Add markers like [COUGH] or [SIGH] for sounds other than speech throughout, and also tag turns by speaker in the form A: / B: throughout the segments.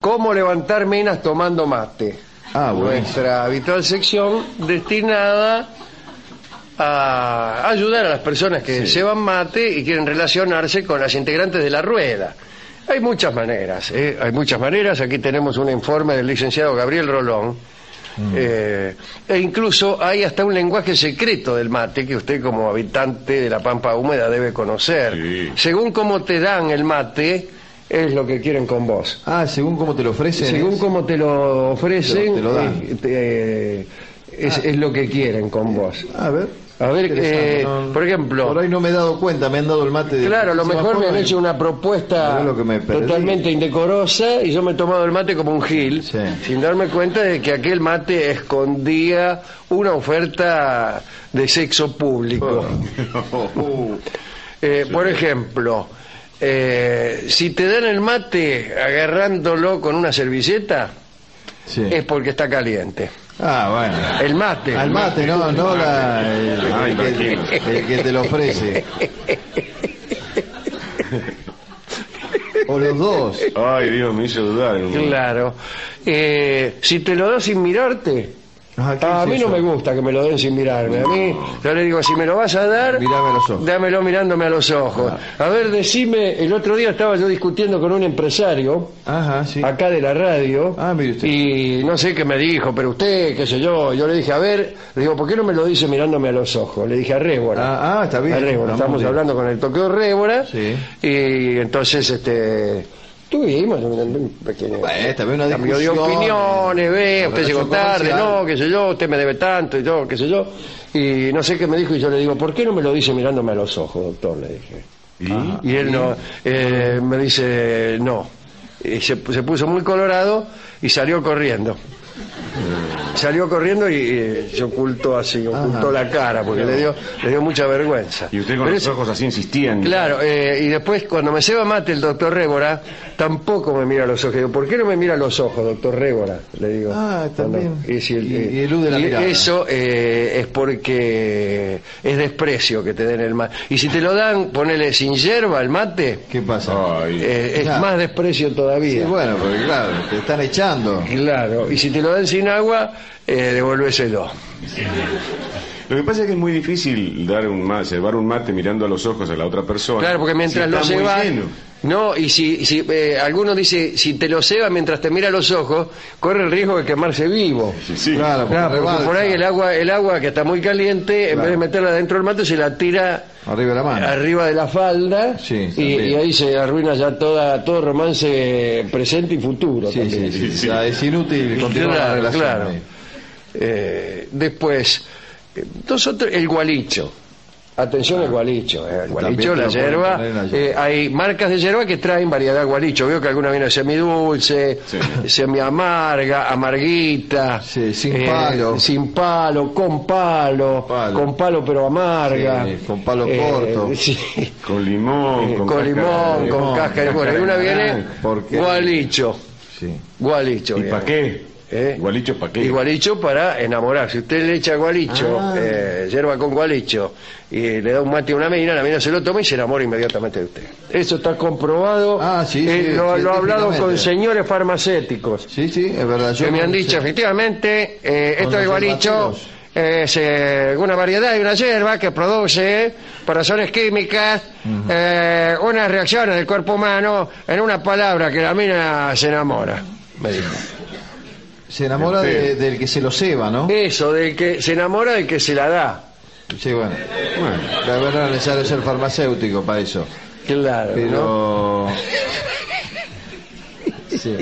A: ¿Cómo levantar minas tomando mate?
B: Ah, bueno.
A: Nuestra habitual sección destinada a ayudar a las personas que llevan mate y quieren relacionarse con las integrantes de la rueda. Hay muchas maneras, ¿eh? hay muchas maneras. Aquí tenemos un informe del licenciado Gabriel Rolón.
B: Mm.
A: Eh, e incluso hay hasta un lenguaje secreto del mate que usted como habitante de la pampa húmeda debe conocer.
B: Sí.
A: Según cómo te dan el mate, es lo que quieren con vos.
B: Ah, según cómo te lo ofrecen.
A: Según
B: es-
A: como te lo ofrecen,
B: Te lo- te lo dan. Ah.
A: eh, te- eh, es, es lo que quieren con vos.
B: A ver.
A: A ver,
B: Interesante,
A: eh, por ejemplo-
B: Por ahí no me he dado cuenta, me han dado el mate de.
A: Claro, a lo
B: se
A: mejor
B: bajó
A: me han
B: y-
A: hecho una propuesta
B: Mirá lo que me perdí.
A: totalmente indecorosa y yo me he tomado el mate como un gil,
B: Sí.
A: sin darme cuenta de que aquel mate escondía una oferta de sexo público.
B: Oh.
A: Eh, por ejemplo, eh, si te dan el mate agarrándolo con una servilleta,
B: Sí.
A: es porque está caliente.
B: Ah, bueno.
A: El mate.
B: Al mate, no, no
A: Ah,
B: la, el,
C: Ay,
B: el que,
C: tranquilo.
B: el que te lo ofrece. O los dos.
C: [LAUGHS] Ay, Dios, me hizo dudar. hermano.
A: Claro. Eh, si te lo das sin mirarte,
B: Ah, ¿qué
A: Ah, a
B: es
A: mí
B: eso?
A: no me gusta que me lo den sin mirarme. A mí, yo le digo, si me lo vas a dar,
B: Mirame a los ojos. Ah.
A: dámelo mirándome a los ojos. A ver, decime, el otro día estaba yo discutiendo con un empresario
B: Ajá, sí.
A: acá de la radio.
B: Ah, mire usted.
A: Y no sé qué me dijo, pero usted, qué sé yo, yo le dije, a ver, le digo, ¿por qué no me lo dice mirándome a los ojos? Le dije a Rébora.
B: Ah, ah, está bien.
A: A Rébora,
B: Ah,
A: estamos
B: muy bien.
A: hablando con el toqueo Rébora.
B: Sí.
A: Y entonces, este... Tuvimos un- un pequeño
B: Bueno, también una
A: cambio de
B: discusión.
A: opiniones, ve,
B: Una
A: usted llegó
B: relación
A: tarde,
B: comercial.
A: no, qué sé yo, usted me debe tanto y yo, qué sé yo. Y no sé qué me dijo y yo le digo, ¿por qué no me lo dice mirándome a los ojos, doctor? Le dije.
C: Ah,
A: Y él no, eh, me dice, no. Y se, se puso muy colorado y salió corriendo.
C: Mm.
A: Salió corriendo y, eh, se ocultó así, ocultó la cara, porque le dio, le dio mucha vergüenza.
C: Ah. Y usted con
A: Pero
C: los
A: es-
C: ojos así insistiendo.
A: Claro, eh, y después cuando me ceba mate el doctor Rébora, tampoco me mira a los ojos. Digo, ¿por qué no me mira a los ojos, doctor Rébora? Le digo.
B: Ah, también.
A: Cuando- y, si el-
B: Y- y elude la
A: y
B: mirada.
A: eso eh, es porque es desprecio que te den el mate. Y si te lo dan, ponele sin hierba el mate,
B: ¿Qué pasa?
C: Ay.
A: eh, es
B: Claro.
A: más desprecio todavía.
B: Sí, bueno, porque claro, te están echando.
A: Claro, y si te lo dan sin agua, eh, devolvéselo.
C: Lo que pasa es que es muy difícil dar un mate, llevar un mate mirando a los ojos a la otra persona.
A: Claro, porque mientras
C: Si
A: lo
C: está muy
A: cebas.
C: lleno.
A: No, y si, si eh, alguno dice, si te lo ceba mientras te mira a los ojos, corre el riesgo de quemarse vivo.
C: Sí, sí.
B: Claro, porque
A: Claro, porque
B: rebalsa.
A: por ahí el agua, el agua que está muy caliente, en vez de meterla dentro del mate, se la tira
B: Arriba de la mano.
A: arriba de la falda
B: Ah. Sí,
A: y,
B: también.
A: y ahí se arruina ya toda, todo romance presente y futuro.
B: Sí,
A: también.
B: sí, sí, sí. O sea, es inútil continuar la
A: Claro,
B: relación.
A: claro.
B: ahí.
A: Eh, después, eh, dos o tres- el gualicho. Atención al gualicho. eh, El gualicho,
B: Ah. te
A: la
B: lo pueden
A: yerba.
B: poner en la yerba.
A: eh, hay marcas de yerba que traen variedad de gualicho. Veo que alguna viene semidulce,
C: Sí.
A: semiamarga, amarguita. eh,
B: Sí, sin palo.
A: Sin palo, con palo,
B: Palo.
A: Con palo pero amarga. Eh,
B: Sí, con palo corto.
A: [LAUGHS] sí,
C: Con limón,
A: Eh, con,
C: cáscara eh. de
A: limón, con
C: limón,
A: cáscara. Bueno, y
C: de
A: una viene
C: naranja.
B: ¿por qué?
A: gualicho.
B: Sí.
A: Gualicho.
C: ¿Y
A: viene.
C: para qué?
A: ¿Eh?
C: Igualicho para qué.
A: Y gualicho para enamorar. Si usted le echa gualicho,
B: Ah.
A: eh, hierba con gualicho, y le da un mate a una mina, la mina se lo toma y se enamora inmediatamente de usted. Eso está comprobado.
B: Ah, sí,
A: Eh,
B: sí,
A: lo, lo he hablado con
B: científicamente.
A: señores farmacéuticos
B: sí, sí, es verdad. yo
A: que me
B: no
A: han
B: sé.
A: dicho, efectivamente, eh,
B: Con
A: esto
B: los
A: de gualicho
B: yerbateros.
A: es eh, una variedad de una hierba que produce, por razones químicas, eh, unas reacciones del cuerpo humano en una palabra que la mina se enamora. Me dijo. Este.
B: Se enamora de- del que se lo ceba, ¿no?
A: Eso, del que se enamora del que se la da.
B: Sí, bueno. bueno. La verdad no es necesario ser farmacéutico para eso.
A: Claro. ¿no?
B: Pero. Sí.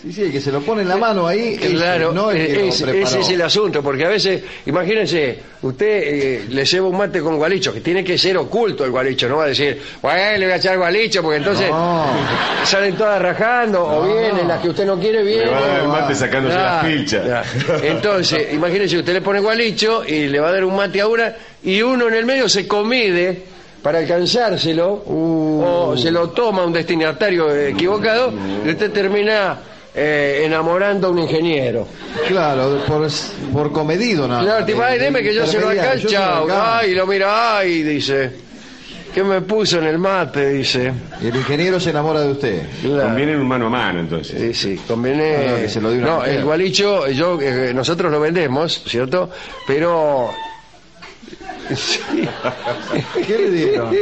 B: Sí, sí, el que se lo pone en la mano ahí, ese,
A: Claro,
B: no el que
A: eh,
B: lo
A: es-
B: preparó.
A: ese es el asunto, porque a veces, imagínense, usted eh, le lleva un mate con gualicho, que tiene que ser oculto el gualicho, no va a decir, bueno, le voy a echar gualicho, porque entonces
B: No.
A: salen todas rajando, o
B: No.
A: vienen las que usted no quiere,
C: Le
A: vienen.
C: va a dar el mate sacándose las
A: Claro,
C: pilchas.
A: claro. Entonces, imagínense, usted le pone gualicho y le va a dar un mate a una, y uno en el medio se comide para alcanzárselo, o
C: Uh.
A: se lo toma un destinatario equivocado, y usted termina eh, enamorando a un ingeniero.
B: Claro, por, por comedido nada.
C: Ah,
A: Claro, tipo,
C: eh,
A: ay, deme que yo se lo
B: Intermediario,
A: acá,
B: yo se lo
A: chao.
B: acá.
A: Ay, lo mira, ay, dice. ¿Qué me puso en el mate? Dice.
B: Y el ingeniero se enamora de usted.
A: Claro.
C: Conviene un mano a mano, entonces.
A: Sí, sí, conviene.
B: Ah, No, no, que se lo dé una
A: No,
B: mujer.
A: el gualicho, yo, eh, nosotros lo vendemos, ¿cierto? Pero.
B: ¿Qué le dieron?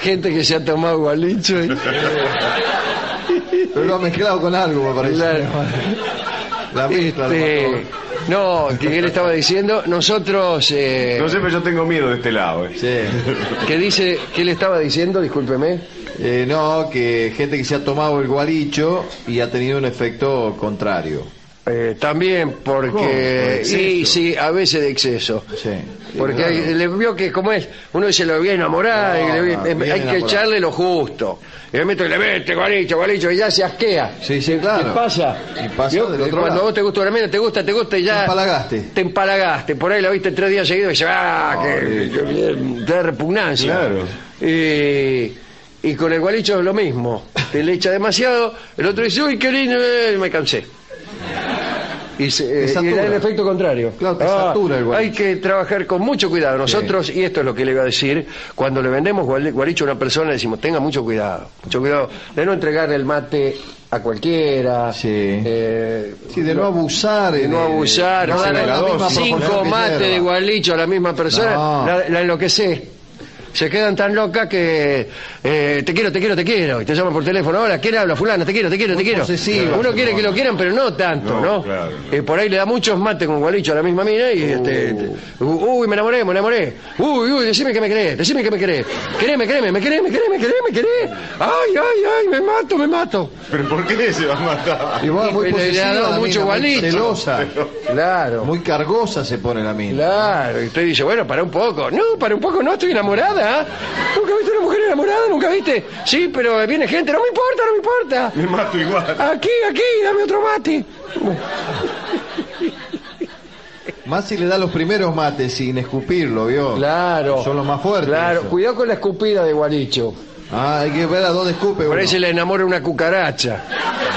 A: Gente que se ha tomado
B: [LAUGHS]
A: este, gualicho. y-
B: Pero lo ha mezclado con algo, me parece.
A: Claro.
B: [LAUGHS] La mezcla, lo
A: Este,
B: mató.
A: no, que él estaba diciendo, nosotros. eh,
C: No sé, pero yo tengo miedo de este lado. eh.
B: Sí.
A: que dice, ¿qué le estaba diciendo? Discúlpeme.
B: Eh, no, que gente que se ha tomado el gualicho y ha tenido un efecto contrario.
A: Eh, también
B: ¿Cómo? Por
A: porque sí,
B: exceso.
A: sí, a veces de exceso.
B: Sí.
A: Porque hay- le vio que, como es, uno dice lo voy a enamorar,
B: No,
A: y le voy a-
B: no,
A: hay
B: bien
A: que
B: enamorado.
A: echarle lo justo. Y le meto y le mete, gualicho, gualicho, y ya se asquea.
B: Sí, sí, claro.
A: ¿Qué pasa?
B: Y pasa
A: Vio,
B: del otro
A: cuando
B: lado.
A: vos te gusta una mina, te gusta, te gusta y ya.
B: Te empalagaste.
A: Te empalagaste. Por ahí la viste tres días seguidos y dice, ah,
B: No,
A: que, que- te da repugnancia.
C: Claro.
A: Eh, y con el gualicho es lo mismo. Te le echa demasiado, el otro dice, uy, qué lindo, eh, me cansé. Y, se,
B: Te
A: eh, y
B: satura.
A: da el efecto contrario. Ah,
B: Claro, te satura el gualicho.
A: Hay que trabajar con mucho cuidado. Nosotros, y esto es lo que le iba a decir, cuando le vendemos gual- guaricho a una persona, le decimos, tenga mucho cuidado, mucho cuidado, de no entregarle el mate a cualquiera.
B: Sí.
A: eh,
B: Sí, de no abusar.
A: de
B: eh,
A: no
B: de-
A: abusar,
B: no
A: dar
B: darle la misma
A: cinco
B: proporción que
A: mates
B: hierba.
A: de gualicho a la misma persona,
B: No.
A: la, la enloquecés. Se quedan tan locas que eh, te quiero, te quiero, te quiero. Y te llaman por teléfono, ahora, ¿quién habla? Fulana, te quiero, te quiero, te quiero.
B: posesiva
A: Uno
B: se
A: quiere que
B: pone.
A: lo quieran, pero no tanto, ¿no?
C: No, claro, claro.
A: Eh, por ahí le da muchos mates con gualicho a la misma mina y este,
B: Uh.
A: te- uy, me enamoré, me enamoré. Uy, uy, decime que me querés, decime que me querés. Créeme, créeme, me querés, me querés, me querés, me querés. Ay, ay, ay, me mato, me mato.
C: Pero ¿por qué se va a matar?
B: Y va muy
A: Y le ha
B: posesiva,
A: dado
B: la
A: mucho
B: mina,
A: gualicho.
B: Muy celosa.
A: Claro.
B: Muy cargosa se pone la mina.
A: Claro, y usted dice, bueno, para un poco. No, para un poco no, estoy enamorada. ¿Nunca viste una mujer enamorada? ¿Nunca viste? Sí, pero viene gente, no me importa, no me importa.
C: Me mato igual.
A: Aquí, aquí, dame otro mate.
B: Más si le da los primeros mates sin escupirlo, ¿vio?
A: Claro.
B: Son los más fuertes.
A: Claro,
B: eso.
A: cuidado con la escupida de guaricho.
B: Ah, hay que ver a dónde escupe.
A: Por ahí
B: uno.
A: se le enamora una cucaracha.